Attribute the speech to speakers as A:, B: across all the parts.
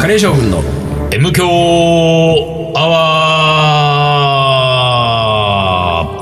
A: 大将軍の
B: M 強アワ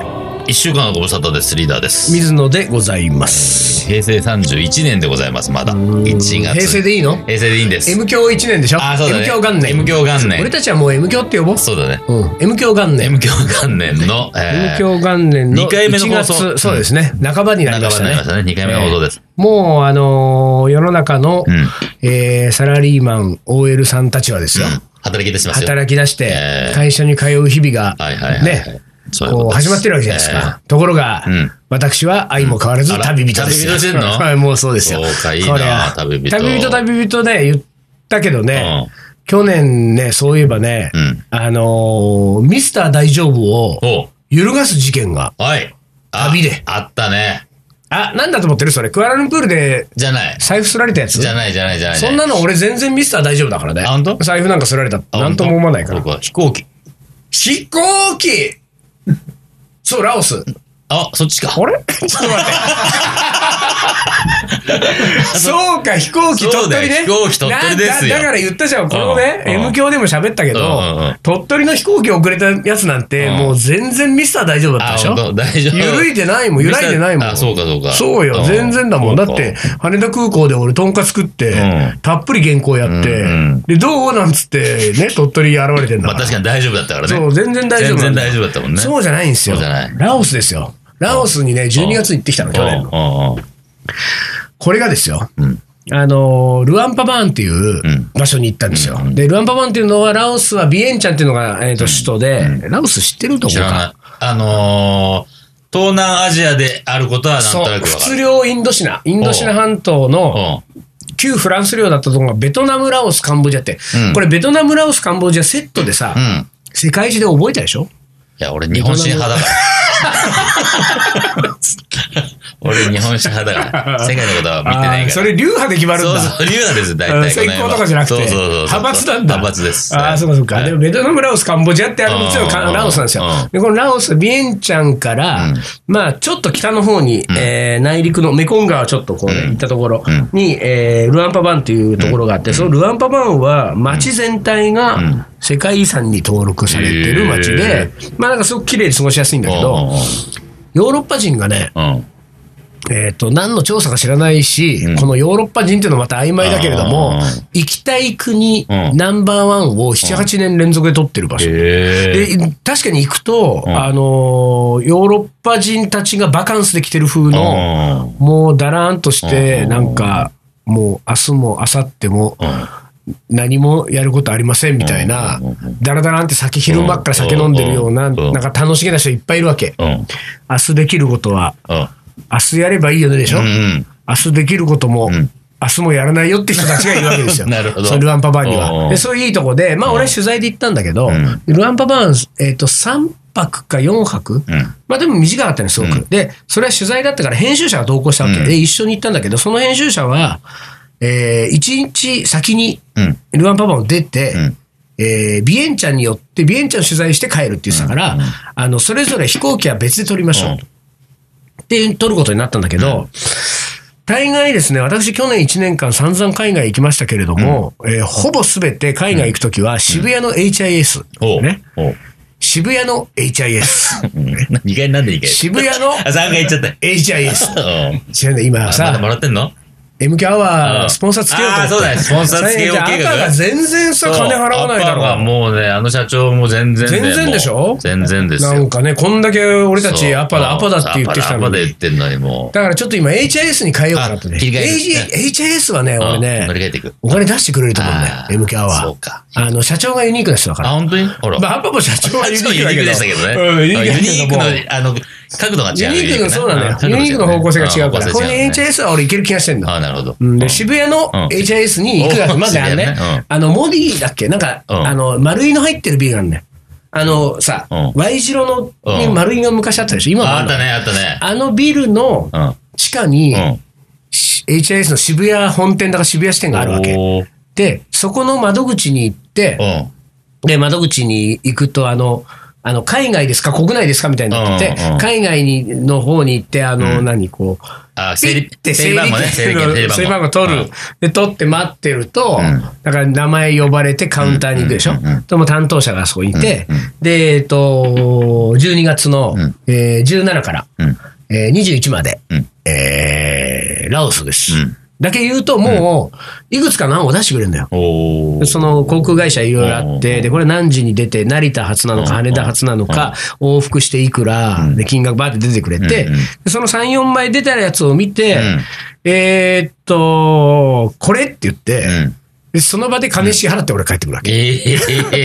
B: ー一週間のご無沙汰です。リーダーです。
A: 水野でございます。
B: 平成31年でございます、まだ。1月。
A: 平成でいいの
B: 平成でいいんです。
A: M 教1年でしょ
B: あそうだね
A: M 教元年
B: M 教元年
A: 俺たちはもう M 教って呼ぼう
B: そうだね。
A: うん M 教元年
B: M 強元年の、
A: M
B: えー、
A: 教元年の
B: 二回目の
A: 1
B: 放
A: 月
B: 送
A: そうですね半ばになりま
B: 半ば
A: したね
B: になりましたね。2回目の放送です。
A: もうあのー世の中の
B: うん
A: えーサラリーマン OL さんたちはですよ
B: うん働き出しますよ。
A: 働き出し
B: え
A: て
B: え
A: 会社に通う日々が
B: はいはいはいはい
A: ね
B: そういうこ
A: ことう
B: です
A: 始まってるわけじゃないですか。ところが
B: うん、
A: 私は相も変わらず
B: うんあら
A: 旅人ですよ。
B: 旅人してんの
A: はい、もうそうですよ。
B: そうかいいな
A: こりゃ
B: 旅人
A: 旅人、旅人ね、言ったけどね
B: うん、
A: 去年ね、そういえばね
B: うん、
A: あのー、ミスター大丈夫を
B: おう
A: 揺るがす事件が。
B: はい。あ
A: 旅で
B: あったね。
A: あ、なんだと思ってるそれ。クアラルンプールで
B: じゃない。
A: 財布すられたやつ
B: じゃないじゃないじゃない。
A: そんなの俺全然ミスター大丈夫だからね
B: あ本当。
A: 財布なんかすられたって
B: あ、
A: なんとも思わないから
B: 僕。は飛行機。
A: 飛行機 そう、ラオス。
B: あ、そっちか。
A: あ れちょっと待って。そうか、飛行機
B: そ
A: 鳥
B: うだ
A: 取
B: よ
A: ね。
B: 飛行機鳥取ですよ
A: なだだから言ったじゃん。このね、
B: うんうん
A: M 教でも喋ったけど、
B: うんうんうん
A: 鳥取の飛行機遅れたやつなんて、
B: うん
A: もう全然ミスター大丈夫だった
B: あ、
A: でしょ
B: 本当大丈夫。
A: 揺るいでないもん、揺らいでないもん。
B: あ、そうかそうか。
A: そうよ、
B: ん
A: 全然だもん。だ
B: そう
A: っ
B: か
A: て、羽田空港で俺、とんかつ食って、
B: う
A: たっぷり原稿やって、
B: うんうん
A: で、どうなんつって、ね、鳥取現れてんだ
B: まあ
A: から。
B: 確かに大丈夫だったからね。
A: そう、全然大丈夫な
B: 全然
A: んだ
B: 大丈夫だったもんね。
A: そうじゃないんですよ。
B: そうじゃない
A: ラオスですよ。ラオスにね、12月に行ってきたの、去年の。
B: の。
A: これがですよ。
B: ん
A: あのールアンパバーンっていうん場所に行ったんですよ。で、ルアンパバーンっていうのは、ラオスはビエンチャンっていうのが、えー、と首都で、ラオス知ってるとこ
B: 知らない
A: か。。
B: あのー、東南アジアであることはなんと
A: そう
B: な、くわか
A: 仏
B: る。
A: 領インドシナ。インドシナ半島の
B: うん
A: 旧フランス領だったところがベトナム、ラオス、カンボジアって、
B: うん
A: これベトナム、ラオス、カンボジアセットでさ、
B: うん。
A: 世界中で覚えたでしょ
B: いや、俺日本史派 だから。俺日本史派だから。世界のことは見てない
A: あ
B: か
A: ー
B: ら。
A: それ流派で決まるん
B: そう
A: だ。
B: そう、理由なんです、大
A: うん
B: 体。
A: 先行とかじゃなくて、
B: そうそうそうそう。
A: 派閥なんだ。
B: 派閥です。
A: ああ、そうかそうか。
B: はい
A: でも、ベトナム、ラオス、カンボジアってあれもちろん
B: うんうんうん
A: ラオスなんですよ
B: うん。
A: で、このラオス、ビエンチャンから、
B: うん
A: まあ、ちょっと北の方に、えー内陸のメコン川ちょっとこうね、
B: うん
A: 行ったところ
B: うん
A: に、えールアンパバンというところがあって、そのルアンパバンは、町全体
B: ん
A: が世界遺産に登録されてる町で、まあ、なんかすごく綺麗に過ごしやすいんだけ
B: うん
A: ど、ヨーロッパ人がね、
B: うんうん。うん
A: えっと何の調査か知らないし、
B: うん
A: このヨーロッパ人っていうのはまた曖昧だけれども
B: あ、
A: 行きたい国
B: うん
A: ナンバーワンを7、8年連続で取ってる場所。
B: へえ。
A: で確かに行くと、
B: うん
A: あのーヨーロッパ人たちがバカンスで来てる風の、
B: の、
A: もうだらーんとして、
B: うん
A: なんか、もう明日も明後日も
B: うん
A: 何もやることありませんみたいな
B: うんうんうんう、
A: だらだらんって酒昼間っから酒飲んでるような、
B: うんうんうん
A: なんか楽しげな人いっぱいいるわけ。
B: うん。うん。
A: 明日できることは、明日やればいいよねでしょ、
B: うん
A: 明日できることも、
B: ん
A: 明日もやらないよって人たちがいるわけですよ。
B: なるほど
A: そのルアンパバーンに
B: おうお
A: は。
B: う
A: で、そういういいとこで、まあ俺取材で行ったんだけど、
B: ん
A: ルアンパバーン、えっ、と、3泊か4泊、
B: うん。
A: まあでも短かったね、すごく。で、それは取材だったから編集者が同行したわけで、
B: うん
A: 一緒に行ったんだけど、その編集者は、えー、1日先に
B: うん。
A: ルアンパバンを出て、
B: うん
A: えービエンチャンによって、ビエンチャンを取材して帰るって言ってたから、あの、それぞれ飛行機は別で撮りましょう
B: うん
A: と。で、撮ることになったんだけど、大概ですね、私去年1年間散々海外行きましたけれども、えーほぼすべて海外行くときは渋谷の HIS、
B: おう。
A: ね。
B: おう。
A: 渋谷の HIS。
B: 二回なんで二回
A: 渋谷の
B: あ、三回行っちゃった。
A: HIS。
B: うん
A: 違うね、今
B: まだ
A: さ
B: も、らってんの
A: M k アワ
B: う
A: ー、
B: ん
A: スポンサーつけようと思って。
B: あーそうだよスポンサーつけよう
A: さあ
B: 計画
A: 赤が全然さ、金払わないだ
B: そうアッパーは
A: ろ。
B: もうね、あの社長も全然で。
A: 全然でしょ
B: もう全然ですよ。
A: なんかね、こんだけ俺た
B: そう
A: ちアパだ、アパだって言ってきた
B: アパ
A: の
B: だアパだ言
A: に。
B: ってんのにもう。
A: だからちょっと今 HIS に変えようかなとね。
B: あ切り替える
A: H- HIS はね、俺
B: うん乗り換
A: ね、
B: えていく。
A: お金出してくれると思うん
B: あ
A: だよ、MK
B: そ
A: は
B: う。か。
A: あの、社長がユニークな人だか
B: あ、
A: ら。
B: 本当にほら。
A: まあ、アパも社長はユニークだけど。
B: でしたけどね。
A: うんユニークだけど
B: ユニーク
A: も
B: の、あの、角度が違う。
A: ユニークの、そうなんだよ。ユニークの方向性が違うから。これに HIS は俺いける気がしてんの。
B: あ、なるほど。
A: うんで渋谷の
B: うん
A: HIS に行くが、
B: うん
A: まずあのね
B: 渋谷ねうん、
A: あの、モディだっけなんか、
B: うん
A: あの、丸いの入ってるビールがあるね。あの、さ
B: うん、
A: Y 字路のに
B: うん
A: 丸いが昔あったでしょ今も
B: あ
A: あ
B: あ
A: る
B: っ
A: の
B: たね、あったね。
A: あのビルの地下に、
B: うん。うん。
A: し HIS の渋谷本店だから渋谷支店があるわけ。
B: おー
A: で、そこの窓口に行って
B: う、ん。
A: で、窓口に行くと、あの、あの、海外ですか国内ですかみたいになってて
B: うんうん
A: 海外に、の方に行って、あの、
B: うん
A: 何、こう、
B: あ、
A: ピ
B: 整
A: ッ
B: 理、
A: て
B: 整理番号ね。整理券、整理番号。
A: 整理番号取る。で、取って待ってると、
B: うん
A: だから名前呼ばれてカウンターに行くでしょ
B: うんうんうんうん。
A: でも担当者がそこにいて
B: うんうん、
A: で、えっと、12月の
B: うん
A: えー17から
B: うん。うん。
A: えー21まで
B: うん、
A: えーラオスです
B: うん。
A: だけ言うと、もう、いくつか何を出してくれるんだよ。
B: おー
A: その航空会社いろいろあっ
B: う
A: て、
B: ん
A: で、これ何時に出て、成田発なのか、
B: うん
A: 羽田発なのか、往復していくら、で、金額バーって出てくれて、
B: うん
A: で
B: うん
A: その3、4枚出たやつを見て
B: うん、
A: えーっと、これって言っ
B: う
A: て、
B: ん。
A: でその場で金支払って俺帰ってくるわけ。
B: ええ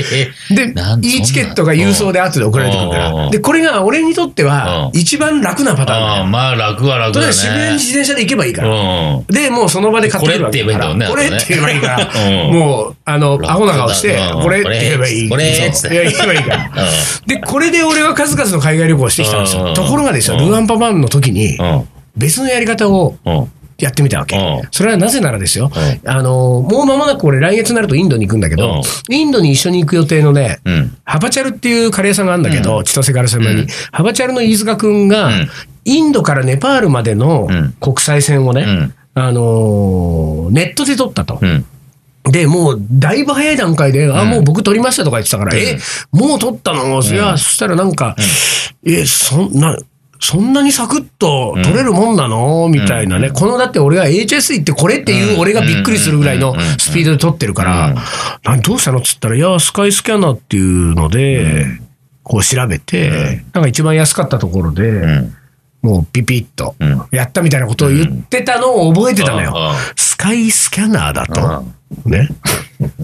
B: え
A: で、
B: なん
A: いいチケットが郵送で後で送られてくるか
B: うんうんう
A: ら。
B: ん
A: で、これが俺にとっては
B: う
A: 一番楽なパターンだ
B: ああ、
A: よ。
B: まあ楽は楽
A: とりあ
B: だね。
A: えず渋谷に自転車で行けばいいから。
B: うん。
A: で、もうその場で買ってくるわけだから。
B: これって言えばいいんだ
A: こ
B: ろうね
A: れって言えばいいから。
B: うん
A: もう、あの、アホな顔して
B: う、ん
A: これって言えばいい。
B: これこれっつ
A: そ
B: っ
A: う
B: て
A: いや、言えばいいから。で、これで俺は数々の海外旅行をしてきたんです
B: う
A: よ。
B: ん
A: ところがですよ、
B: う
A: ル
B: ん
A: ーアンパパンの時に
B: う、ん。
A: 別のやり方を
B: うん。
A: やってみたわけ
B: うん。
A: それはなぜならですよ、
B: う
A: あの、もう間もなく俺来月になるとインドに行くんだけど、インドに一緒に行く予定のね、
B: うん。
A: ハバチャルっていうカレー屋さんがあるんだけど、千歳から様に、
B: うん
A: ハバチャルの飯塚くんが、
B: うん
A: インドからネパールまでの
B: うん
A: 国際線をね、
B: うん。
A: あのーネットで撮ったと
B: う。ん。
A: で、もう、だいぶ早い段階で、あ、
B: うん
A: もう僕撮りましたとか言ってたから、
B: うん
A: え、もう撮ったのいや、そしたらなんか、え、そんな、そんなにサクッと撮れるもんなのみたいなね。
B: うん
A: この、だって俺が HS 行ってこれっていううん俺がびっくりするぐらいの
B: うん
A: スピードで撮ってるか
B: う
A: ら
B: ん、
A: なんどうしたのっつったら、いや、スカイスキャナーっていうので、こう調べて、なんか一番安かったところで、
B: うん。
A: もうピピッと
B: うん、
A: やったみたいなことを言ってたのを覚えてたのよ。
B: うん
A: スカイスキャナーだと。 ね。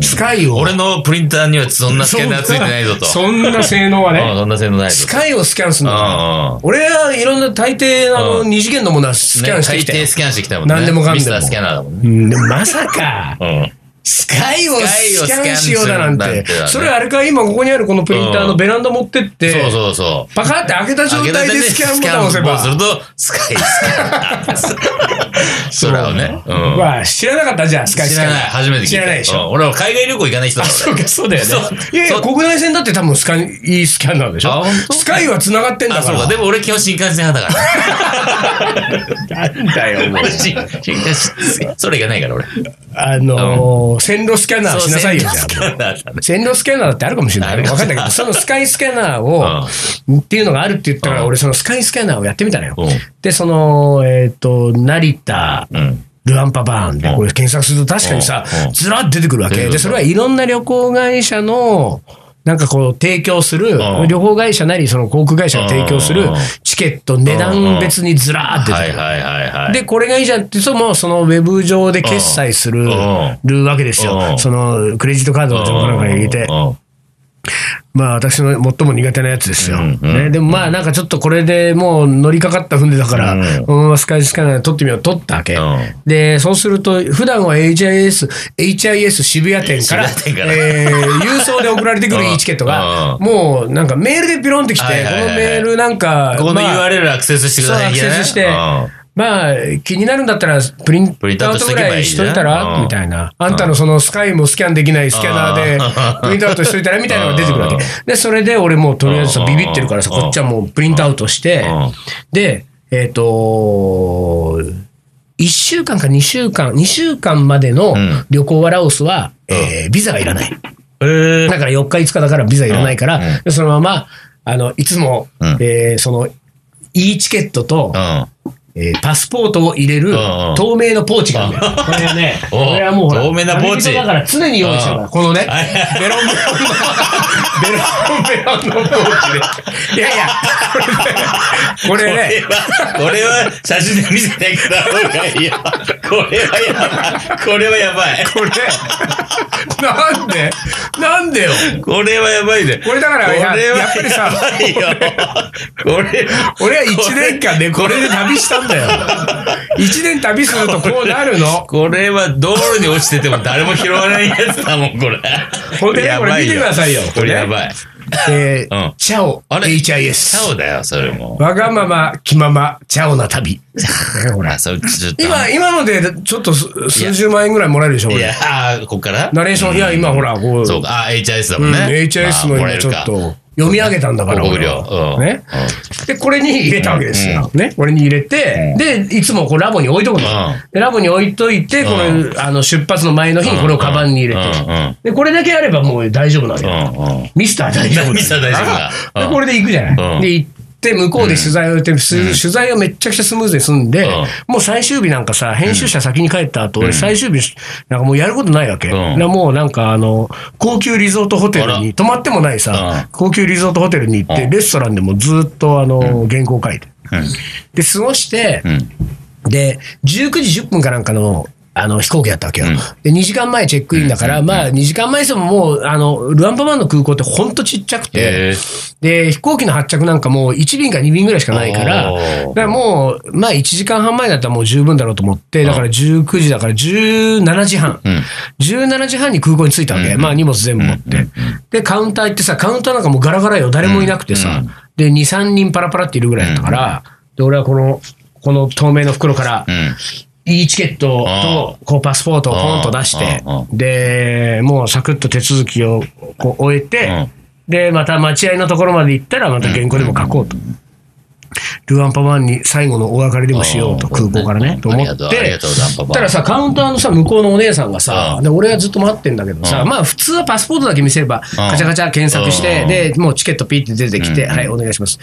A: スカイを。
B: 俺のプリンターにはそんなスキャナーついてないぞと。
A: そんなそんな性能は
B: うん
A: ね。
B: そんな性能ない
A: ス
B: ぞと。
A: カイをスキャンするんだから。
B: うんうん。
A: 俺はいろんな大抵、あの、
B: うん
A: 二次元のものはスキャンしてき
B: ね
A: て。
B: 大抵スキャンしてきたもんね。
A: 何でもかんでも
B: ミスタースキャナーだもんね。
A: うんでもまさか、
B: うん。
A: スカイをスキャンしようだなん
B: スカイ
A: て
B: をスキャンするなんてだ。ね
A: それあれか、今ここにあるこのプリンターのベランダ持ってって、
B: そうそうそう。
A: パカって開けた状態でスキャンボタンを押せば
B: スキャンボタンを押すると、スカイスキャン です。空をね。うん。
A: まあ、知らなかったじゃん、スカイ
B: 知
A: スキャ
B: ら
A: ン。
B: ない。初めて聞いた。
A: 知らないでしょ
B: うん俺は海外旅行行かない人だから。
A: そうか、そうだよ
B: そう
A: ね。いやいや、
B: そう
A: 国内線だって多分スカイ、いいスキャンなんでし
B: あ
A: ょ
B: 本当
A: スカイは繋がってんだ
B: あ、
A: か
B: そう
A: ら
B: か。。でも俺基本新幹線派だから。
A: なんだよ、もう。
B: 新幹線それがないから俺。
A: あのー、線路スキャナーしなさいよ、
B: そう
A: じゃあ。
B: 線路スキャナーだね
A: 線路スキャナーってあるかもしれない。
B: あるか
A: わ
B: も
A: か
B: し
A: ん
B: れ
A: な
B: ないい
A: けど、そのスカイスキャナーを、 っていうのがあるって言ったか
B: う
A: ら、
B: ん
A: 俺そのスカイスキャナーをやってみたのよ
B: うん。
A: で、その、えっと、成田、
B: うん。
A: ルアンパバーンで
B: うん
A: これ検索すると確かにさ
B: うん、
A: ずらっと出てくるわ
B: 出て
A: け。
B: くる
A: で、それはいろんな旅行会社の、なんかこう提供する
B: う、ん
A: 旅行会社なりその航空会社が提供する
B: うん
A: チケット、値段別にずらーって出て
B: は
A: く
B: い
A: る。
B: はいはいはい。
A: で、これがいいじゃんって言うと、もうそのウェブ上で決済する
B: うんうん
A: るわけです
B: う
A: よ。
B: ん
A: そのクレジットカードの情報なんかに入れて
B: う。ん
A: まあ私の最も苦手なやつですよ。
B: うんうん
A: ね、でもまあなんかちょっとこれでもう乗りかかった船だから、
B: うん
A: このままスカイスカナー取ってみよう、取ったわけ。
B: うん
A: で、そうすると、普段は HIS、HIS 渋谷店から、
B: 渋谷店から
A: えー郵送で送られてくる
B: うん
A: いいチケットが、
B: う
A: もうなんかメールでピロンってきて、
B: はいはいはい
A: このメールなんか、
B: ここの
A: まあ
B: URL アクセスしてくださいね。
A: そうアクセスして
B: うん
A: まあ、気になるんだったら、プリント
B: プ
A: ア
B: リントア
A: ウ
B: ウ
A: ト
B: ト
A: ぐ
B: しとけばいい
A: らいしといたら、
B: うん
A: みたいな。あんたのそのスカイもスキャンできないスキャナーで
B: う、ん
A: プリントアウトしといたら、みたいなのが出てくるわけ
B: うん。
A: で、それで俺もうとりあえずさ
B: うん
A: ビビってるからさ、
B: うん
A: こっちはもうプリントアウトして
B: うん、
A: で、えっと、1週間か2週間、2週間までの
B: うん
A: 旅行はラオスは、
B: うん
A: えービザがいらない。
B: え
A: だから4日5日だからビザいらないから
B: うん、
A: でそのまま、あの、いつも
B: うん、
A: えーその、E チケットと、
B: ー
A: えーパスポートを入れる
B: うんうん
A: 透明のポーチがあるんだよ。これはね、こ
B: お
A: れはもうほら
B: 透明なポーチ
A: 旅人だから常に用意してるから、
B: うん
A: このね、
B: はい
A: ベロンベロンの、ベロンベロンのポーチで。いやいや、これ
B: こ
A: ね
B: れ、は、これは写真で見せてくださいよ。これはやばい。これはやばい。
A: これね、これ、なんで、なんでよ。
B: これはやばいね。
A: これだから
B: これ
A: や
B: はや
A: やっぱりさ
B: ばいよ。これは、
A: 俺は1年間ね、これで旅したんだよ。1年旅するとこうなるの。
B: これは道路に落ちてても誰も拾わないやつだもん、これ。
A: これね
B: やば
A: これ見てくださいよ
B: これやばい。
A: え
B: う
A: ー
B: ん、
A: チャオ、
B: あれ
A: HIS。
B: シャオだよ、それも。
A: わがまま、気まま、チャオな旅。ねほら
B: あ、それちょっと。
A: 今、今ので、ちょっとす数十万円ぐらいもらえるでしょ、
B: い
A: 俺
B: や、あーこっから
A: ナレーション、いや、今ほら、こう、
B: そうか、あ、HIS だもんね。
A: うん HIS の
B: あー
A: 今ちょっ。
B: もらえる
A: と
B: か
A: 読み上げたんだから。
B: 広告料
A: 俺は
B: うん
A: ね。で、これに入れたわけですよ。
B: う
A: ね。これに入れて、で、いつもこうラボに置いとくの
B: うん。
A: でラボに置いといて、こ
B: う
A: れ、あの、出発の前の日にこれをカバンに入れて。
B: て。
A: で、これだけあればもう大丈夫なの
B: う
A: よ。
B: んうんうん。
A: ミスター大丈夫だ
B: ミスター大丈夫だ
A: あ
B: うん
A: で、これで行くじゃな
B: う
A: い。
B: ん
A: で、行って、向こうで取材をやって、普通取材をめっちゃくちゃスムーズに済んで
B: うん、
A: もう最終日なんかさ、編集者先に帰った後、俺最終日、なんかもうやることないわけ。
B: ん
A: だからもうなんかあの、高級リゾートホテル
B: あ
A: に、
B: ら
A: 泊まってもないさ、高級リゾートホテルに行って、
B: うん
A: レストランでもずっとあの、原稿書いて。で、過ごして、
B: うん。
A: で、19時10分かなんかの、あの、飛行機だったわけよ。
B: うん
A: で、2時間前チェックインだから、まあ、2時間前ですももう、あの、ルアンパマンの空港ってほんとちっちゃくて、
B: え
A: で、飛行機の発着なんかもう1便か2便ぐらいしかないから、
B: おー
A: だからもう、まあ1時間半前だったらもう十分だろうと思って、だから19時だから17時半。
B: ん
A: 17時半に空港に着いたわけ。まあ荷物全部持って。で、カウンター行ってさ、カウンターなんかもうガラガラよ。誰もいなくてさ。で、2、3人パラパラっているぐらいだったから、で、俺はこの、この透明の袋から
B: う、ん。
A: いいチケットと、こうパスポートをポンと出して
B: うんうん、
A: で、もうサクッと手続きをこう終えて、で、また待合のところまで行ったら、また原稿でも書こうと。ルアンパマンに最後のお別れでもしようと、
B: うん
A: 空港からね
B: う、ん
A: と思っ
B: ありがとうあり
A: て
B: がとうルアンパマ、ン
A: たらさ、カウンターのさ、向こうのお姉さんがさ
B: う、ん
A: で俺はずっと待ってんだけどさ、
B: うん
A: まあ普通はパスポートだけ見せれば、ガチャガチャ検索して、
B: うん
A: で、もうチケットピーって出てきて、はい、お願いします。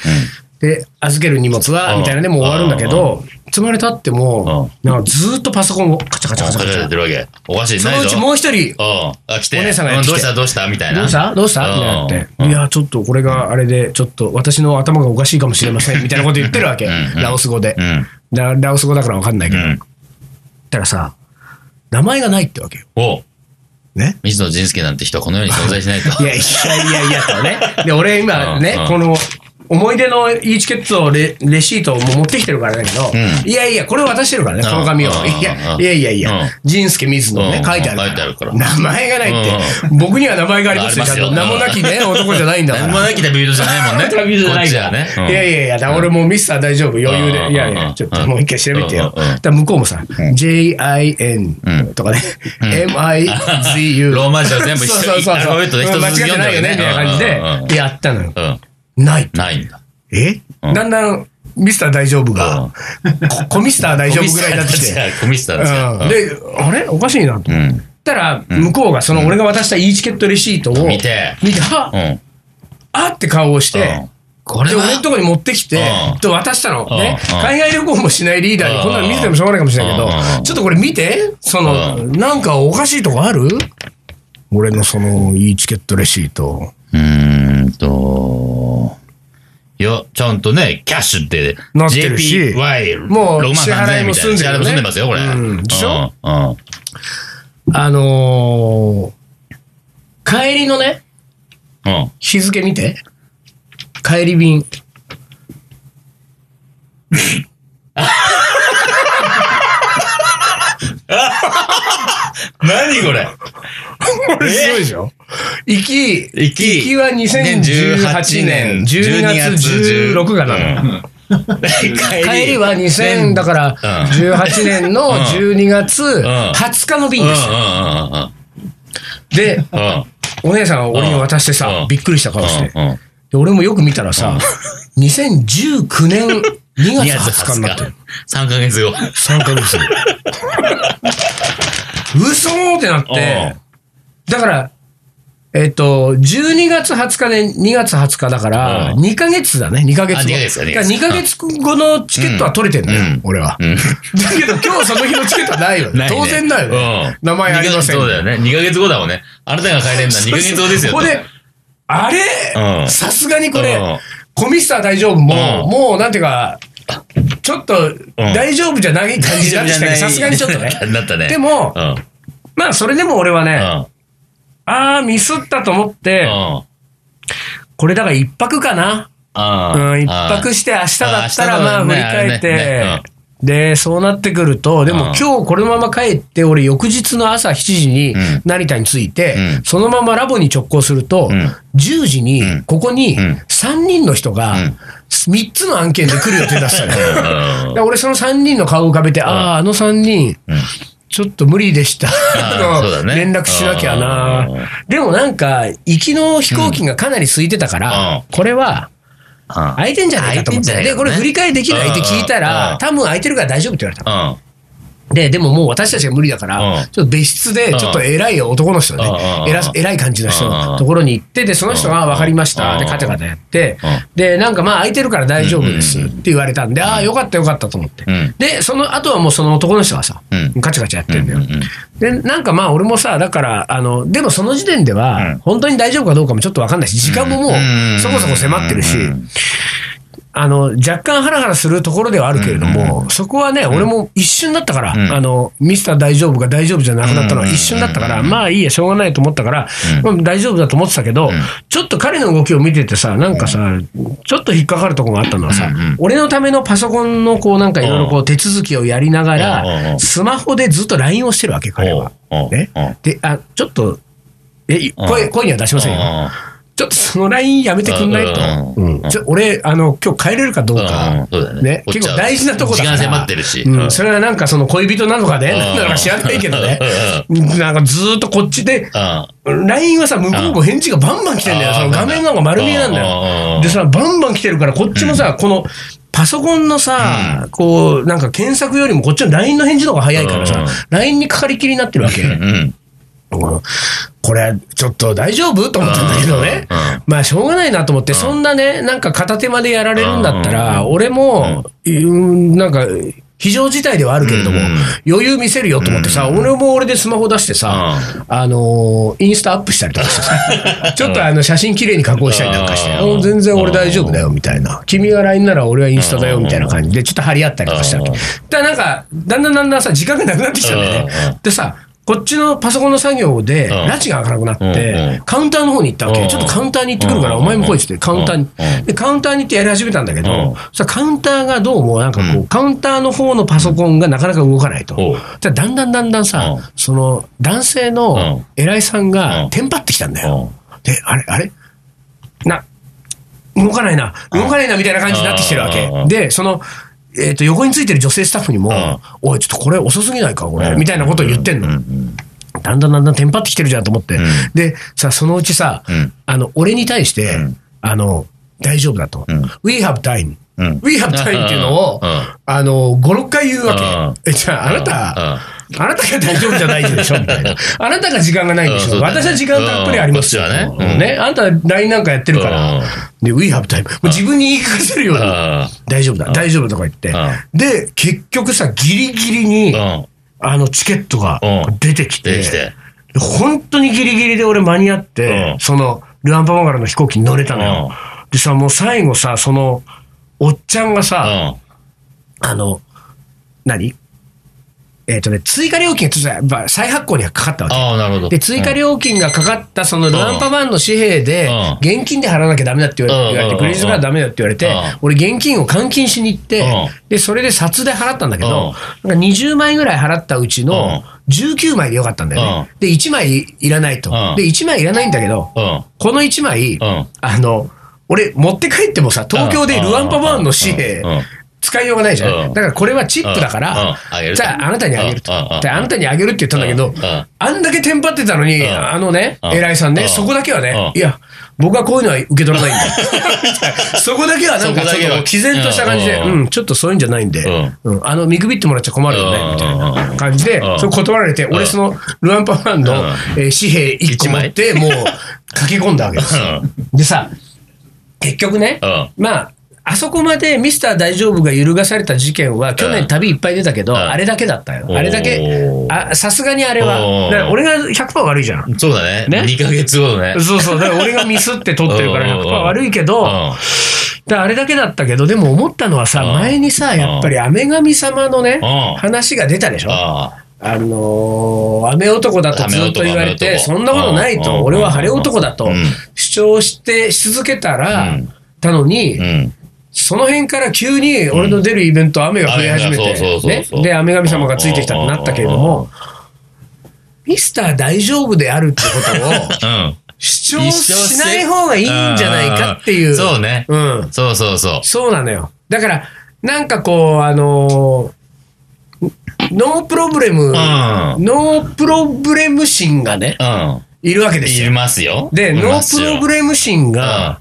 A: で、預ける荷物は、みたいなね、もう終わるんだけど、積まれたってもう、なんかずーっとパソコンをカチャカチャカチャカチ
B: や
A: ャ
B: っ。てるわけ。おかしい、
A: そ
B: ない
A: のう
B: ぞ。
A: ちもう一人、
B: うんあ、来て。
A: お姉さんがや
B: う
A: って
B: ど
A: き
B: う
A: て
B: したどうしたみたいな。
A: どうしたどうしたみたいにな
B: うん
A: って。
B: うん
A: いや、ちょっとこれがあれで、ちょっと私の頭がおかしいかもしれませ ん、みたいなこと言ってるわけ。ラオス語で
B: う。ん。
A: だラオス語だからわかんないけ
B: う
A: ど。
B: ん。
A: たらさ、名前がないってわけよ。
B: お
A: ね。
B: 水野仁介なんて人はこの世に存在し ないと。
A: いやいやいやいやとね。 で、俺今ね
B: うんう、ん
A: この、思い出の E チケットをレレシートをもう持ってきてるからだけど、
B: う
A: いやいや、これ渡してるからね、
B: うん
A: この紙を。
B: うん
A: いや
B: うん
A: いやいやいや
B: うん、
A: 仁助水野ね
B: う、ん
A: 書いてあるから。
B: 書いてあるから
A: 名前がないって、僕には名前がありますよ。
B: あります
A: ちゃ
B: よ
A: んと名もなきね、男じゃないんだから。
B: 何もなき旅人じゃないもん ね。
A: 旅人じゃない
B: こっち
A: から
B: はね。
A: いやいやいや、だから俺もうミスター大丈夫、余裕
B: うんう
A: で。
B: ん
A: いやいや、ちょっともう一回調べてよ。だから向こうもさ、JIN とかね、MIZU。
B: ローマ字を全部一緒
A: そうそうそう
B: アルファベットで一つずつ
A: 間違ってないよね、みたいな感じ
B: うんうんうん
A: で、やったのよ。
B: うん。
A: ない。
B: ないんだ。
A: え
B: うん
A: だんだん、ミスター大丈夫
B: う
A: が
B: ん、
A: こコミスター大丈夫ぐらいになってきて。
B: コミスターたちが
A: うん
B: コミスターたちが
A: で、あれおかしいなと。
B: う
A: 言っ
B: ん。
A: たら、向こうがその俺が渡した E チケットレシートを
B: 見て
A: 見て、あ
B: うん。うん。
A: あって顔をし
B: う
A: て
B: ん、これ
A: で、俺の
B: は
A: と、こに持ってきて
B: うん、
A: と渡したの。ね。
B: うん
A: 海外旅行もしないリーダーに、
B: うん
A: こんなの見ててもしょうがないかもしれないけ
B: う
A: ど、
B: ん
A: ちょっとこれ見て、その、
B: う
A: なんかおかしいとこある俺のその、いいチケットレシート。
B: うーんと、いや、ちゃんとね、キャッシュって、
A: なってるし
B: JPY、
A: もう
B: 6万
A: 支払い
B: 3000
A: も
B: みたい
A: 済んでるよ
B: な。
A: ね
B: 支払いも済んでますよ、これ。
A: うんでしょ
B: うんうん。
A: あのー、帰りのね、
B: うん。
A: 日付見て。帰り便。
B: 何これ
A: これすごいでしょ行き、
B: 行き
A: 行きは2018年12月16日なの。
B: の。帰
A: 帰り
B: り
A: は
B: は
A: 2000だから18年の12月20日の
B: う
A: 便
B: ん
A: ですよ。
B: う
A: で、
B: んうんうんうん。
A: お姉さんが俺に渡して
B: う
A: さ
B: ん、
A: びっくりした顔して。
B: うんうん
A: で俺もよく見たらさ、2019年2
B: 2
A: 月
B: 月
A: 20日になってる。
B: 3ヶ月後。
A: 3ヶ月後。嘘ーってなって、だから、えっと、12月20日で2月20日だから、
B: うん
A: 2ヶ月だね、2ヶ月後。
B: あ二ヶ月だ
A: だ
B: ね
A: から2ヶ月後のチケットは取れてんだよ、
B: うん
A: 俺は。
B: うん
A: だけど今日その日のチケットはないよね。
B: ないね
A: 当然だよね。
B: うん
A: 名前ありません。
B: そうだよね。2ヶ月後だもんね。あなたが帰れるのは2ヶ月後ですよ。
A: ここで、あれ
B: うん
A: さすがにこ
B: う
A: れ
B: ん、
A: コミスター大丈夫も、
B: うん
A: もうなんていうか、ちょっと大丈夫じゃない感じになってきたけどさすがにちょっと ね。
B: なったね。
A: でも
B: うん。うん。
A: まあそれでも俺はね、
B: うん
A: ああ、ミスったと思って、これだから一泊かな。
B: う。
A: うんん、一泊して明日だったら
B: うん
A: まあ振り返っ
B: 明日だねあれ
A: て
B: ね、
A: で、そうなってくると、で
B: う
A: も
B: ん
A: 今日このまま帰って、俺翌日の朝7時に
B: ん
A: 成田に着いて
B: う、ん
A: そのままラボに直行すると
B: うん、
A: 10時に
B: うん
A: ここに
B: ん
A: 3人の人が
B: うん
A: 3つの案件で来る予定だったのよ。
B: うん
A: で俺その3人の顔を浮かべて、ああ、あの3人、ちょっと無理でした。
B: あー
A: あ の
B: そうだね
A: 連絡しなきゃな
B: うん。
A: でもなんか、行きの飛行機がかなり空いてたから、
B: うん
A: これは空いてんじゃないかと思って。で、
B: 空いてんじゃないかね
A: これ振り替えできないって聞いた
B: う
A: ら
B: ん、
A: 多分空いてるから大丈夫って言われた。
B: うん。
A: で、でももう私たちが無理だから、
B: うん
A: ちょっと別室で、ちょっと偉い男の人ね、
B: うん
A: 偉偉い感じの人
B: う
A: の
B: ん
A: ところに行って、で、その人が
B: うん
A: 分かりました。で、
B: うん
A: カタカタやって
B: うん、
A: で、なんかまあ空いてるから大丈夫です
B: うん
A: って言われたんで、ああ、よかったよかったと思って
B: うん。
A: で、その後はもうその男の人がさ
B: う、ん
A: カチャカチャやってんだよ
B: うんうん。
A: で、なんかまあ俺もさ、だから、あの、でもその時点で
B: う
A: は
B: ん、
A: 本当に大丈夫かどうかもちょっと分かんないし、時間ももうそこそこ迫ってるし、あの、若干ハラハラするところではあるけれども、そこはね、俺も一瞬だったから、
B: うん
A: あの、ミスター大丈夫が大丈夫じゃなくなったのは
B: うん
A: 一瞬だったから、
B: うん
A: まあいいや、しょうがないと思ったから、まあ大丈夫だと思ってたけど、ちょっと彼の動きを見ててさ、なんかさ、ちょっと引っかかるところがあったのはさ、
B: うんうん
A: 俺のためのパソコンのこうなんかいろいろこう手続きをやりなが
B: うんう
A: ら、
B: ん
A: スマホでずっと LINE をしてるわけ、彼は。
B: おうおう
A: ね
B: おう。
A: で、あ、ちょっと、え、声、
B: うん
A: 声には出しませんよ。ちょっとその LINE やめてくんないと
B: うん
A: うんちょ俺、あの、今日帰れるかどうか、
B: うんうんそうだね
A: ね、
B: こっち
A: 結
B: は
A: 構大事なとこだから。
B: 時間迫ってるし
A: うん
B: うん
A: それはなんかその恋人なのかね、
B: うん
A: なんなのか知らないけどね。なんかずーっとこっちで、LINE はさ、向こうも返事がバンバン来てんだよ。
B: うん
A: その画面が丸見えなんだ
B: うんう
A: よ。
B: ん
A: でさ、バンバン来てるから、こっちもさ、この、パソコンのさ、こう、なんか検索よりもこっちの LINE の返事の方が早いから
B: う
A: さ
B: ん、
A: LINE にかかりきりになってるわけ。うんこれ、ちょっと大丈夫と思ったんだけどね
B: うんうん。
A: まあ、しょうがないなと思って、そんなね、なんか片手までやられるんだったら、俺も、うんなんか、非常事態ではあるけれども
B: うんうん、
A: 余裕見せるよと思ってさ、俺も俺でスマホ出してさ、あのー、インスタアップしたりとかして さ、ちょっとあの、写真綺麗に加工したりなんかして、
B: うん
A: あ全然俺大丈夫だよ、みたいな。君が LINE なら俺はインスタだよ、みたいな感じで、ちょっと張り合ったりとかしたわけ。
B: うん
A: だからなんか、だんだんだんだんさ、時間がなくなってきたんだよね
B: うんうん。
A: でさ、こっちのパソコンの作業で、
B: うん
A: 拉致が開かなくなっ
B: うんう
A: て
B: ん、
A: カウンターの方に行ったわ
B: う
A: け。
B: ん
A: ちょっとカウンターに行ってくるから、
B: う
A: お
B: ん
A: 前も来いっつって、カウンターに
B: う。ん
A: で、カウンターに行ってやり始めたんだけ
B: うん
A: ど、さ、カウンターがどうも、なんかこ
B: う
A: う、カウンターの方のパソコンがなかなか動かないと。
B: おう
A: じゃだんだんだんだんさ
B: うん、
A: その、男性の偉いさん
B: う
A: が
B: ん、
A: テンパってきたんだよ。で、あれ、あれな、動かないな、動かないなみたいな感じになってきてるわ
B: う
A: け
B: ん。
A: で、その、えっ、と、横についてる女性スタッフにも、
B: ん
A: おい、ちょっとこれ遅すぎないか、これ、
B: うん
A: みたいなことを言ってんの。だんだんだんだんテンパってきてるじゃんと思って。
B: ん
A: で、さ、そのうちさ、
B: うん
A: あの、俺に対して、
B: うん
A: あの、大丈夫だと。
B: うん
A: We have time.
B: うん
A: We have time っていうのを、
B: うん
A: あの、5、6回言うわけ。え、じゃあ、あなた、あなたが大丈夫じゃないでしょみた いな。あなたが時間がないんでし
B: う
A: ょ
B: んそうだね
A: 私は時間たっぷりありますよ。
B: うんこっちはねうん
A: ね。あなた LINE なんかやってるから。
B: うん
A: で、We have time。もう自分に言い聞かせるように。大丈夫だ、大丈夫とか言って。で、結局さ、ギリギリに、あの、チケットが
B: うん
A: 出てきて、
B: 出てきて
A: 本当にギリギリで俺間に合って、
B: うん
A: その、ルアンパマガラの飛行機に乗れたのよ。でさ、もう最後さ、その、おっちゃんがさ、あの、何えっ、とね、追加料金がちょっとまあ再発行にはかかったわけ。
B: ああ、なるほど。
A: で、追加料金がかかった、そのルアンパマンの紙幣で
B: うん、
A: 現金で払わなきゃダメだって言われ
B: うん
A: 言われて、クレジットカードダメだって言われて
B: うん、
A: 俺現金を換金しに行って
B: うん、
A: で、それで札で払ったんだけど、
B: う
A: なんか20枚ぐらい払ったうちの19枚でよかったんだよね。で、1枚いらないと
B: うん。
A: で、1枚いらないんだけど、
B: うん。
A: この1枚
B: ん、
A: あの、俺持って帰ってもさ、東京でルアンパマンの紙幣
B: うんうん、
A: 使いようがないじゃ。
B: うんん
A: だからこれはチップだか
B: うんうん
A: ら
B: あげ、る
A: じゃああなたにあげると
B: うんうんう。ん
A: であなたにあげるって言ったんだけど
B: うんうん、
A: あんだけテンパってたのに、
B: ん
A: あのね、
B: うん
A: 偉いさん
B: う
A: ね、
B: ん
A: そこだけはね、
B: うん
A: いや、僕はこういうのは受け取らないん だそこだけはなんか
B: そこだ
A: ち
B: け
A: ょっ
B: は
A: と毅然とした感じで、
B: うんう
A: うん、ちょっとそういうんじゃないんで
B: うん、
A: うんあの、見くびってもらっちゃ困るよね、みたいな感じで
B: う、ん
A: それ断られて、俺そのルアンパファンの
B: うん
A: えー紙幣1個持って、もう駆け込んだわけですよ。でさ、結局ね、
B: う
A: まあ、あそこまでミスター大丈夫が揺るがされた事件は、去年旅いっぱい出たけど、
B: うん
A: あれだけだったよ。
B: おー
A: あれだけ、あさすがにあれ
B: お
A: は。
B: ー
A: だから俺が100%悪いじゃん。
B: そうだね。2ヶ月後だね。
A: そうそう、だから俺がミスって取ってるから100%悪いけど、だからあれだけだったけど、でも思ったのはさ、
B: うん
A: 前にさ、やっぱり雨神様のね
B: うん、
A: 話が出たでしょ。
B: あ
A: あのー雨男だとずっと言われ
B: 雨
A: て、
B: 男
A: そんなことない
B: うんうん
A: と、俺は晴れ男だと
B: うん
A: 主張してし続けたら、
B: うん
A: たのに、
B: うん。
A: その辺から急に俺の出るイベント、雨が降り始め
B: 雨がそ
A: て、
B: うそうそう
A: ね
B: そう
A: で、雨神様がついてきたってなったけれども、ミスター大丈夫であるってことを
B: うん。
A: 主張しない方がいいんじゃないかっていう。
B: そうね。
A: うん。
B: そうそうそう。
A: そうなのよ。だから、なんかこう、あのーノープロブレム、ノ
B: ん
A: ープロブレム心がね、
B: うん。
A: いるわけです
B: い
A: よ。
B: ますよ。
A: で、
B: い
A: ノ
B: ます
A: ープ
B: よ
A: ロブレム心
B: うん
A: が、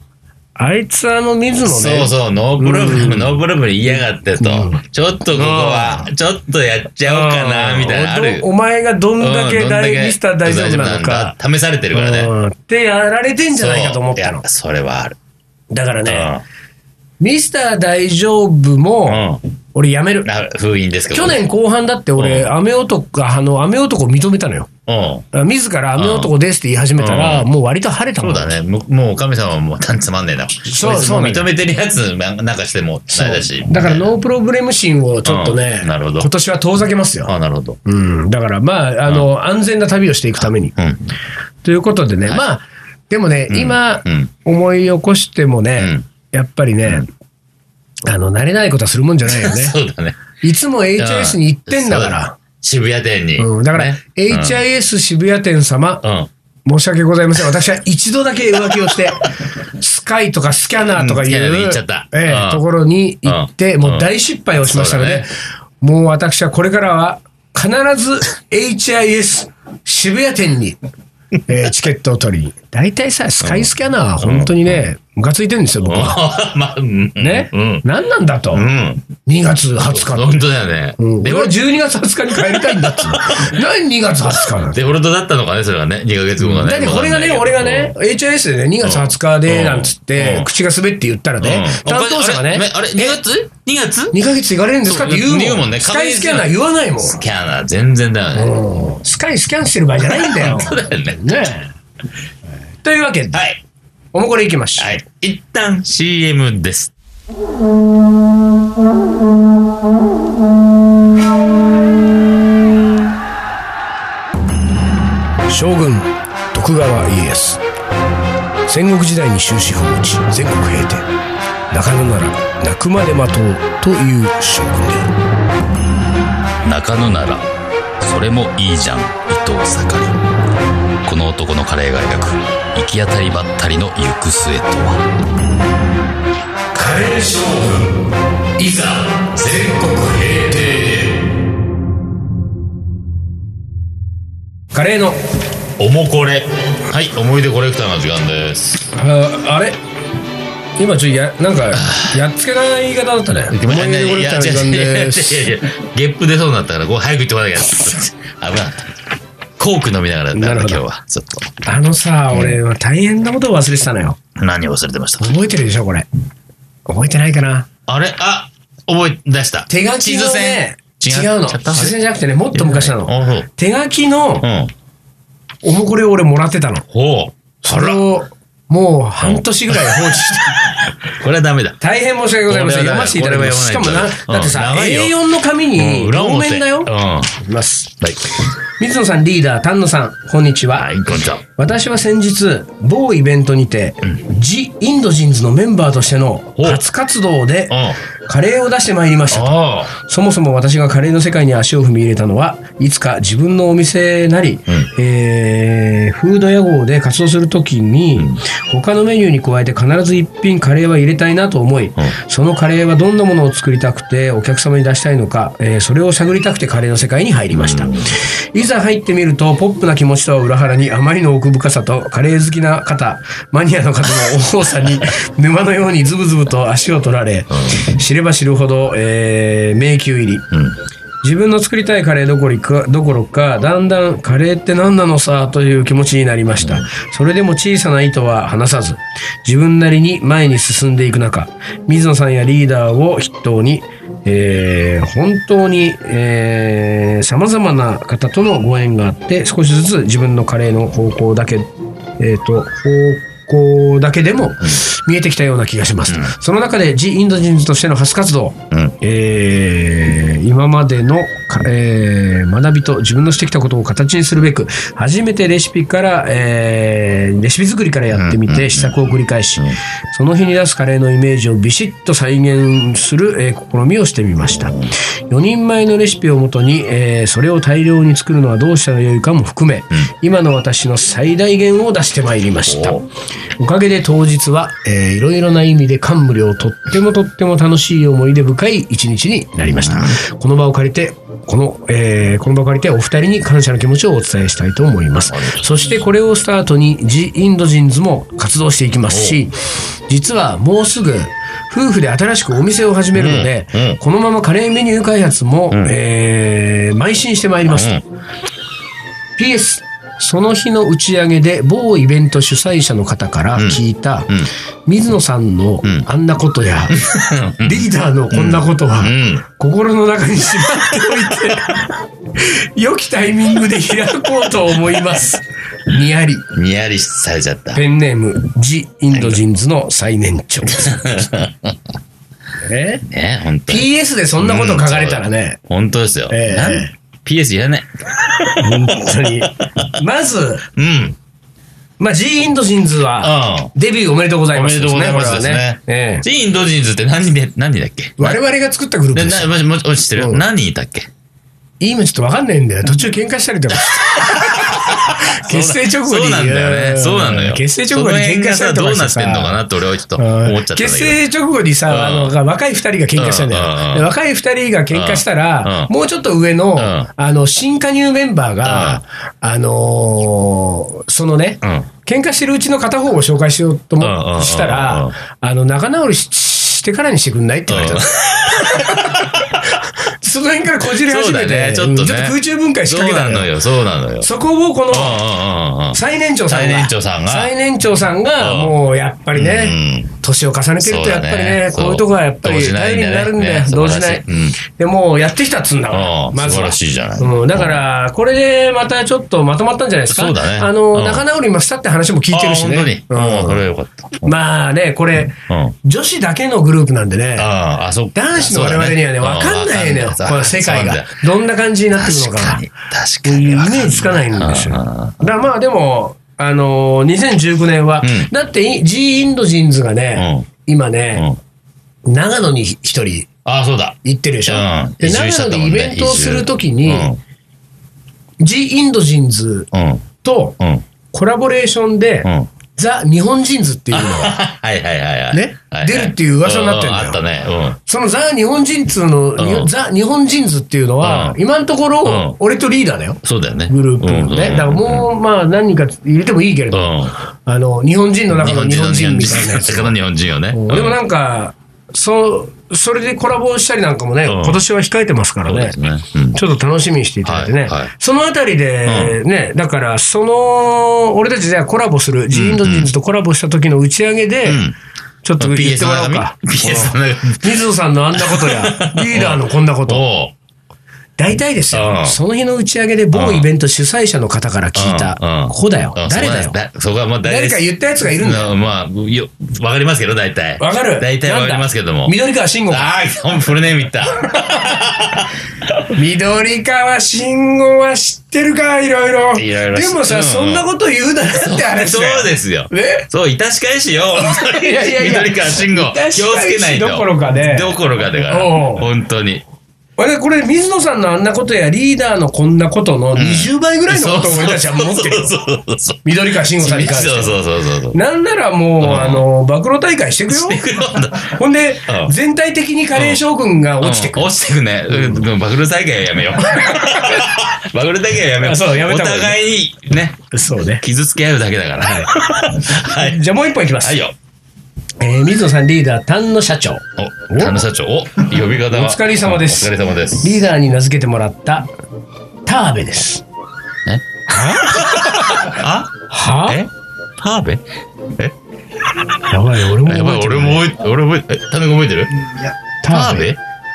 A: あいつあの水野ね、
B: そうそう、ノープロブレム、ノープロブレム言いやがってと、ちょっとここは、ちょっとやっちゃおうかな、みたいな、ある
A: おどお前がどんだ
B: う
A: け
B: んどんだ
A: 大、
B: け
A: ミスター大丈夫なのか
B: 大丈夫なんだ。試されてるからね。
A: うんってやられてんじゃないかと思った
B: そう
A: の
B: いや。それはある。
A: だから
B: う
A: ね、
B: ん
A: ミスター大丈夫も、
B: うん
A: 俺やめる。
B: な封印ですけど。
A: 去年後半だって俺、
B: うん
A: 雨男が、あの、雨男を認めたのよ。
B: うん。
A: だから自ら雨男ですって言い始めたら、
B: うん
A: もう割と晴れた
B: そ
A: も。
B: うんだね。ももう神様はもうたんつまんねえな。そう
A: そうなんだ
B: 認めてるやつなんかしても
A: そ
B: あ
A: う
B: れだし。
A: だからノープロブレム心をちょっとね、
B: うんなるほど
A: 今年は遠ざけますよ。
B: あ、なるほど。
A: うん、だからまあ、あの、安全な旅をしていくために。
B: うん。
A: ということでね、まあ、でもね、今、
B: うん
A: 思い起こしてもね、やっぱりね、あの、慣れないことはするもんじゃないよ ね。
B: そうだね。
A: いつも HIS に行ってんだ
B: う
A: か
B: 渋谷店に。
A: ら。うん、だから、
B: ね
A: HIS 渋谷店様、
B: うん。
A: 申し訳ございません。私は一度だけ浮気を して、スカイとかスキャナーとかい
B: うんスキャナー
A: う、
B: で行っちゃった
A: ええ
B: うん
A: ところに行って、
B: うん
A: もう大失敗をしましたので、
B: うん
A: もう私はこれからは必ず HIS 渋谷店に、え えチケットを取りに。大体さ、スカイスキャナーは本当にね、ムカついてるんですよ、僕
B: うん。
A: は。
B: まあ、うん
A: ね、
B: うん。
A: 何なんだと。
B: うん。
A: 2月20日の
B: 本当だよね。
A: うん、
B: デ
A: 俺
B: フォ
A: は
B: ル
A: 12月20日に帰りたいんだっつうの。何2月20日なの
B: デフォルトだったのかね、それがね。2ヶ月後がね。
A: だってこれがね、
B: わか
A: 俺
B: んな
A: が
B: いけど
A: ね、、HIS でね、2月20日
B: う
A: で、
B: ん
A: なんつって、
B: うん
A: 口が滑って言ったらね、
B: うん
A: 担当者がね
B: あれ、あれ、2月 ?2 月
A: 2ヶ月行かれるんですかって言うもん。
B: そう言うもんね
A: スカイスキャナー言わないも
B: スキャナー全然だよね。
A: ん。うんスカイスキャンしてる場合じゃないんだよ。
B: そうだよね。
A: ねえというわけで、
B: はい。
A: おもこれいきましょう。
B: はい。一旦 CM です。
A: 将軍徳川家康戦国時代に終止符を打ち全国平定中野なら泣くまで待とうという将軍である
B: 中野なら、それもいいじゃん、伊藤盛り。この男のカレーが描く、行き当たりばったりの行く末とは。
A: カレー将軍いざ全国平定カレーの
B: おもこれ。はい、思い出コレクターの時間です。
A: ああれ今ちょっとやなんかやっつけない言い方だったね思い出コレクターの時間
B: いやいやい
A: で
B: やいやいやいやいやゲ
A: す
B: ップ出そうになったから、こう早く言ってもらわなきゃ。危なかった。コーク飲みながらだっ
A: な
B: た
A: る
B: 今
A: ほ
B: 日
A: ど
B: は。ちょっと。
A: あのさ俺は大変なことを忘れてたのよ
B: 何を忘れてました
A: 覚えてるでしょこれ覚えてないかな
B: あれあ、覚え出した。
A: 手書きのね
B: 地図
A: 違
B: 線
A: うの
B: ちゃ
A: 地
B: った
A: 図線じゃなくてねもっと昔なの
B: あ、そう。
A: 手書きの
B: うん。
A: おもこれを俺もらってたの
B: ほう。
A: それをもう半年ぐらい放置して
B: これはダメだ。
A: 大変申し訳ございません。
B: これ
A: 読
B: は
A: ませていただきます。し
B: こ
A: か
B: れ
A: もな、
B: は
A: だ
B: 読まな
A: っ
B: いと
A: てさ、
B: うん長いよ
A: A4 の紙
B: うん
A: に、
B: 裏
A: 両
B: 表。
A: 面だよ
B: うん。。はい
A: きます。
B: い。
A: 水野さんリーダー、丹野さん、こんにちは
B: はい、。こんにちは。
A: 私は先日、某イベントにて、ジ・インド人ズのメンバーとしての
B: お
A: 初活動で
B: う、ん。
A: カレーを出してまいりました。
B: あ
A: そもそも私がカレーの世界に足を踏み入れたのは、いつか自分のお店なり、えーフード屋号で活動するときに、他のメニューに加えて必ず一品カレーは入れたいなと思い、そのカレーはどんなものを作りたくてお客様に出したいのか、えーそれを探りたくてカレーの世界に入りました。いざ入ってみると、ポップな気持ちとは裏腹にあまりの奥深さと、カレー好きな方、マニアの方の多さに、 沼のようにズブズブと足を取られ、知れば知るほど、えー迷宮入り。自分の作りたいカレーどころか、どころか、だんだんカレーって何なのさ、という気持ちになりました。それでも小さな意図は離さず、自分なりに前に進んでいく中、水野さんやリーダーを筆頭に、えー本当に、えー、様々な方とのご縁があって、少しずつ自分のカレーの方向だけ、えっ、と、方向だけでも見えてきたような気がします。その中で、ジ・インド人としての初活動、
B: あ。うん。
A: えー今までのか、えー学びと自分のしてきたことを形にするべく初めてレシピから、えーレシピ作りからやってみて試作を繰り返しその日に出すカレーのイメージをビシッと再現する、えー試みをしてみました4人前のレシピをもとに、えーそれを大量に作るのはどうしたらよいかも含め、今の私の最大限を出してまいりました
B: お
A: おかげで当日は、えーいろいろな意味で感無量とってもとっても楽しい思い出深い一日になりましたこの場を借りてこの、えーこの場を借りてお二人に感謝の気持ちをお伝えしたいと思いますそしてこれをスタートにジ・インド人ズも活動していきますし実はもうすぐ夫婦で新しくお店を始めるので、
B: うんうん
A: このままカレーメニュー開発も、えー邁進してまいりますと、PS その日の打ち上げで某イベント主催者の方から聞いた、水野さんの
B: ん
A: あんなことや、リーダーのこんなことは、
B: うん。
A: 心の中にしまっておいて良きタイミングで開こうと思います。にやり
B: にやりされちゃった。
A: ペンネームジ・インド人ズの最年長さんです。え
B: ね、本当に。
A: PS でそんなこと書かれたらね、
B: 本当ですよ。
A: ええ
B: なん PS いらない。
A: 本当に。まず、
B: うん。
A: まあ、ジーインド人ズは
B: う、
A: デビューおめでとうござい
B: お
A: ます
B: めでとうございます
A: こ
B: です
A: れは
B: ね。
A: ええ
B: ジーン・ドジーンズって何で、何だっけ
A: 我々が作ったグループ
B: な、
A: で
B: な、
A: す。
B: もし、もし、もし知ってる、
A: うん
B: 何いたっけ
A: 今ちょっとわかんないんだよ。途中喧嘩したりとかして。結成直後に。
B: そうなんだよね。そうなのよ。
A: 結成直後に喧嘩したりと
B: その辺がさど
A: か
B: う
A: して
B: なって
A: さ。
B: んのかなって俺はちょっと
A: うん
B: 思っちゃったんだけど。
A: 結成直後にさ、あ
B: うん
A: の若い二人が喧嘩したんだ
B: うんうんう
A: よ
B: ん
A: で。若い二人が喧嘩したら、
B: うん
A: もうちょっと上の,、
B: ん
A: あの新加入メンバーが、あのーそのね、
B: うん
A: 喧嘩してるうちの片方を紹介しようと思
B: うんうんうんう
A: っ
B: ん
A: したら、あの仲直りししてからにしてくんないって言われたの。
B: うん
A: その辺からこじれ始め
B: そうだ
A: て、
B: ねちょっとね
A: うん空中分解仕
B: そう
A: 掛け
B: な
A: たの
B: の
A: よ。
B: よ、そうなのよ。
A: そこをこの、
B: うんうんうんうん。
A: 最年長さんが。
B: 最年長さんが
A: 最年長さんが
B: うん
A: もうやっぱりね
B: う、
A: 年を重ねてるとやっぱりね、
B: そうだね
A: こういうとこはやっぱり
B: そう同時ない
A: 頼
B: ん
A: りに
B: だよね
A: なるんだよ
B: ね、
A: 同時ない
B: 素晴らし。
A: でもうやってきたっつうんだわ
B: う、ん
A: まずは。
B: 素晴らしいじゃない
A: うんだから、これでまたちょっとまとまったんじゃないですか。
B: そうだね
A: あ
B: う
A: の、
B: ん
A: 仲直りましたって話も聞いてるしね。
B: あ本当に。うん、
A: うん
B: それはよかった。
A: まあね、これ、
B: うん。
A: 女子だけのグループなんでね。
B: ああ、あ、そっか
A: 男子の我々にはね、
B: そうだ
A: わかんないのよ
B: わ。
A: こ
B: かん
A: の世界
B: そう
A: が
B: なんだ。
A: どんな感じになってるの
B: 確
A: か
B: か
A: な
B: に。。確か
A: イ
B: に。
A: メージつかないんですよ。
B: う
A: だ
B: んうんうん
A: からまあでも、あのー、2019年は、
B: うん
A: だってい G インドジーンズがね、今ね、
B: うん
A: 長野に一人
B: あ、そうだ。
A: 行ってるでしょ。
B: うん
A: で
B: 移住しちゃ
A: 長
B: っ
A: 野で
B: たも
A: イ
B: んね
A: ベントをするとき
B: う
A: に、
B: ん。
A: G インドジーンズ
B: うん。
A: と
B: うん。
A: コラボレーションで
B: う、ん。
A: ザ・日本人ズっていうのが、
B: はいはいはいはい。
A: ね
B: はいはい
A: 出るっていう噂になってんだよ
B: うあったね。
A: そのザ・日本人ズの、
B: うん
A: ザ・日本人ズっていうのは、
B: うん
A: 今のとこ
B: う
A: ろ
B: ん、
A: 俺とリーダーだよ。
B: うん。そうだよね。
A: グループの
B: うん
A: ね。だからもう、まあ何人か入れてもいいけれ
B: う
A: ど、
B: ん。
A: あの、日本人の中の日本人みたいなやつ
B: 中。の日本人よね。
A: でも
B: んか
A: なんか、そう、それでコラボしたりなんかもね、
B: うん
A: 今年は控えてますからね。
B: うん。
A: ちょっと楽しみにしていただいてね。
B: はいはい
A: そのあたりで、ね、だから、その、俺たちでコラボする、ジーンドジーンズとコラボした時の打ち上げで、
B: うん
A: ちょっと言ってもらおうか。
B: PS の中身 PS の
A: うん水野さんのあんなこと や、リーダーのこんなこと。
B: おう
A: 大体です
B: う
A: よ。
B: ん
A: その日の打ち上げで某イベント主催者の方から聞いた
B: うんうん、
A: ここだよ
B: うん。
A: 誰だよ
B: そう。なんですだそこはもう大
A: 誰
B: 体
A: か言ったやつがいるんだよ。
B: うんまあ、よ、わかりますけど、大体。
A: わかる
B: 大体わかりますけども。
A: 緑川慎吾か。
B: ああ、フルネーム言った。
A: 緑川慎吾は知ってるかいろいろ。
B: いろいろ知
A: で
B: ってる
A: もさ、
B: うん
A: そんなこと言うなよって話
B: そう
A: だよ。
B: ですよ。
A: ね
B: そう、いたし 返しよ。本当に
A: いやいやいや
B: 緑川慎吾。
A: いたし
B: 気
A: 返
B: を
A: し
B: つけないと。
A: どころかね
B: どころかだから。
A: おう
B: 本当に。
A: 俺これ水野さんのあんなことやリーダーのこんなことの20倍ぐらいのことを俺たちは持ってるよ。
B: そうそうそうそう。
A: 緑川慎吾さんに関して
B: そう
A: は。
B: そうそうそうそう。
A: なんならもう、あの、暴露大会してく
B: して
A: よ。
B: くよ
A: ほんで、
B: うん
A: 全体的にカレー将軍が落ちてく
B: うん落ちてくね。うん、バグル大会はやめよ う。バグル大会はやめよ
A: あそうやめ
B: お
A: た方がいい
B: 互いにね、
A: る。そうね。
B: 傷つけ合うだけだから。はい。
A: じゃあもう一本いきます。
B: はいよ。
A: えー水野さんリーダー、丹野社長。
B: お、田野社長、お、呼び方は。
A: お疲れ様です
B: お疲れ様です。
A: リーダーに名付けてもらった、ターベです。
B: えあ
A: は
B: えターベえ
A: やばい、俺も覚えて
B: やばい、俺も覚え、俺も覚え、え田中覚えてるターベ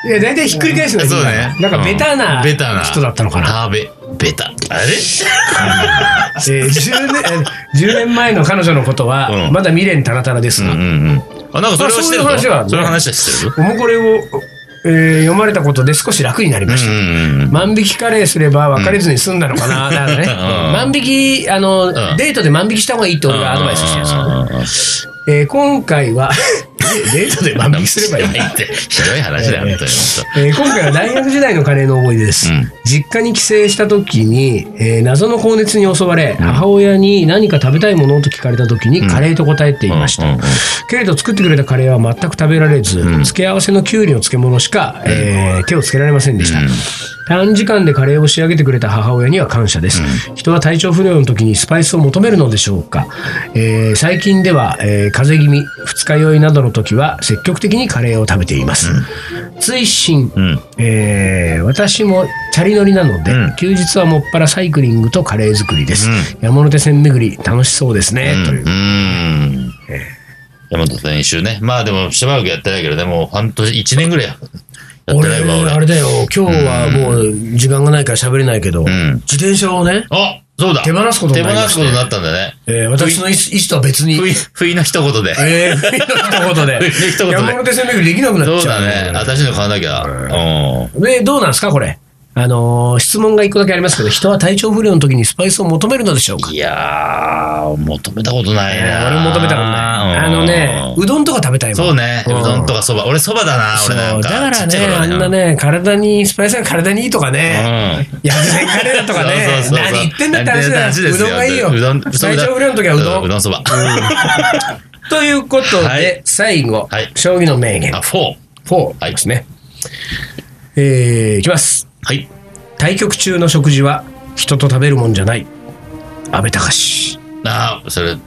A: いや、大体ひっくり返すのがいい
B: そ
A: ん
B: う
A: だ
B: ね。
A: なんかベタ
B: う
A: なん
B: ベタな
A: 人だったのかな。
B: ターベ、ベタ。あれ
A: えー、10, 年えー10年前の彼女のことは、
B: うん
A: まだ未練たらたらです
B: うん
A: が、
B: うんうん。あ、なんかそれはしてるぞ
A: あそういう話はあるね
B: それ話はしてるぞ。
A: おもこれを、えー読まれたことで少し楽になりました。
B: んうん。
A: 万引きカレーすれば別れずに済んだのかな、だからね。
B: うん
A: 万引き、あの、
B: ん
A: デートで万引きした方がいいって俺がアドバイスしてるんですよ。
B: うんうんうんうん
A: えー今回は、デートで万引きすればいい。
B: ひどって、ひどい話だよ、
A: ええ
B: 本当
A: え
B: に。本
A: ー今回は大学時代のカレーの思い出です、
B: うん
A: 実家に帰省した時に、えー謎の高熱に襲われ、母親に何か食べたいものと聞かれた時に、カレーと答えていました、
B: うんうんうん
A: けれど作ってくれたカレーは全く食べられず、
B: ん
A: 付け合わせのきゅうりの漬物しか、えー手をつけられませんでした、
B: うん
A: 短時間でカレーを仕上げてくれた母親には感謝です、人は体調不良の時にスパイスを求めるのでしょうか、えー最近では、えー風邪気味二日酔いなどの時は積極的にカレーを食べています、追伸、
B: うん
A: えー私もチャリ乗りなので、
B: うん
A: 休日はもっぱらサイクリングとカレー作りです、
B: う
A: 山手線巡り楽しそうですね、という
B: うん。うん山本選手ね。まあでも、しばらくやってないけどね、もう半年、一年ぐらいやってないわ、
A: 俺
B: 俺。
A: あれだよ今日はもう時間がないから喋れないけど、
B: ん
A: 自転車をね、
B: あそうだ
A: 手放すことに
B: 手
A: な
B: 放
A: りまし
B: す
A: た
B: こ
A: ね
B: とになったんだね。
A: えー私の意思意思とは別に
B: 不意、不意の一言で。
A: ええー、一言 で。
B: 一言で
A: 山手線巡りできなくな
B: そ
A: っ
B: う
A: ちゃ
B: だ
A: う、
B: ね。私の買わなきゃ。うん。
A: で、どうなんですか、これ。あのー質問が一個だけありますけど、人は体調不良の時にスパイスを求めるのでしょうか。
B: いやー、求めたことないな。
A: 俺も求めたことない。あ
B: うん
A: のね、うどんとか食べたいもん。
B: そうね。うどんと
A: か。
B: かそば。俺そばだな、
A: そ
B: 俺
A: う、
B: なん
A: だ
B: か。
A: から
B: ちっち
A: ね、
B: ゃい頃
A: あんな。ね、体に、スパイスが体にいいとかね、
B: うん。
A: 薬膳カレーだとかね、
B: そうそうそうそう
A: 何言ってんだって話だよ。うどんがいいよ。
B: うどん、
A: 体調不良の時はうどん。
B: うどんそば。
A: ということで、
B: はい
A: 最後、
B: はい
A: 将棋の名言
B: あ、、フォー。
A: 4
B: はい
A: ですね。えーいきます。
B: はい。
A: 対局中の食事は人と食べるもんじゃない安倍隆
B: ああ、それ、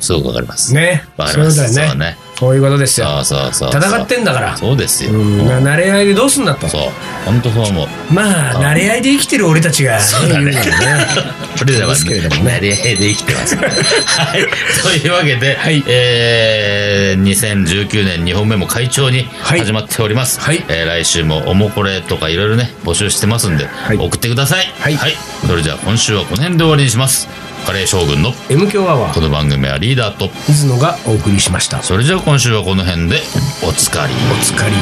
B: すごくわかります。。
A: ね
B: わか
A: そうい
B: り
A: うこと
B: ます。
A: だ
B: そ
A: よ
B: う
A: ね
B: ね。
A: そういうことですよ
B: そうそうそう。
A: 戦ってんだから
B: そうですよ。
A: うん
B: もう
A: な慣れ合いでどうすんだと
B: そう。本当そう思う。
A: まあ慣れ合いで生きてる俺たちが
B: そうだ
A: 言
B: ね
A: うのも ね
B: 俺らは
A: ですけれどもね
B: なり合いで生きてますから。 はい。 というわけで、
A: はい
B: えー、2019年2本目も会長に
A: い
B: 始まっております。
A: はい
B: えー来週もおもこれとかいろいろね、募集してますんで、
A: い
B: 送ってください。
A: はい
B: それじゃあ今週はこの辺で終わりにします。カレー将軍の
A: M 強アワ
B: こ
A: ー
B: の番組はリーダーと、
A: 水野がお送りしました
B: それじゃあ今週はこの辺でおつかり。
A: お疲れ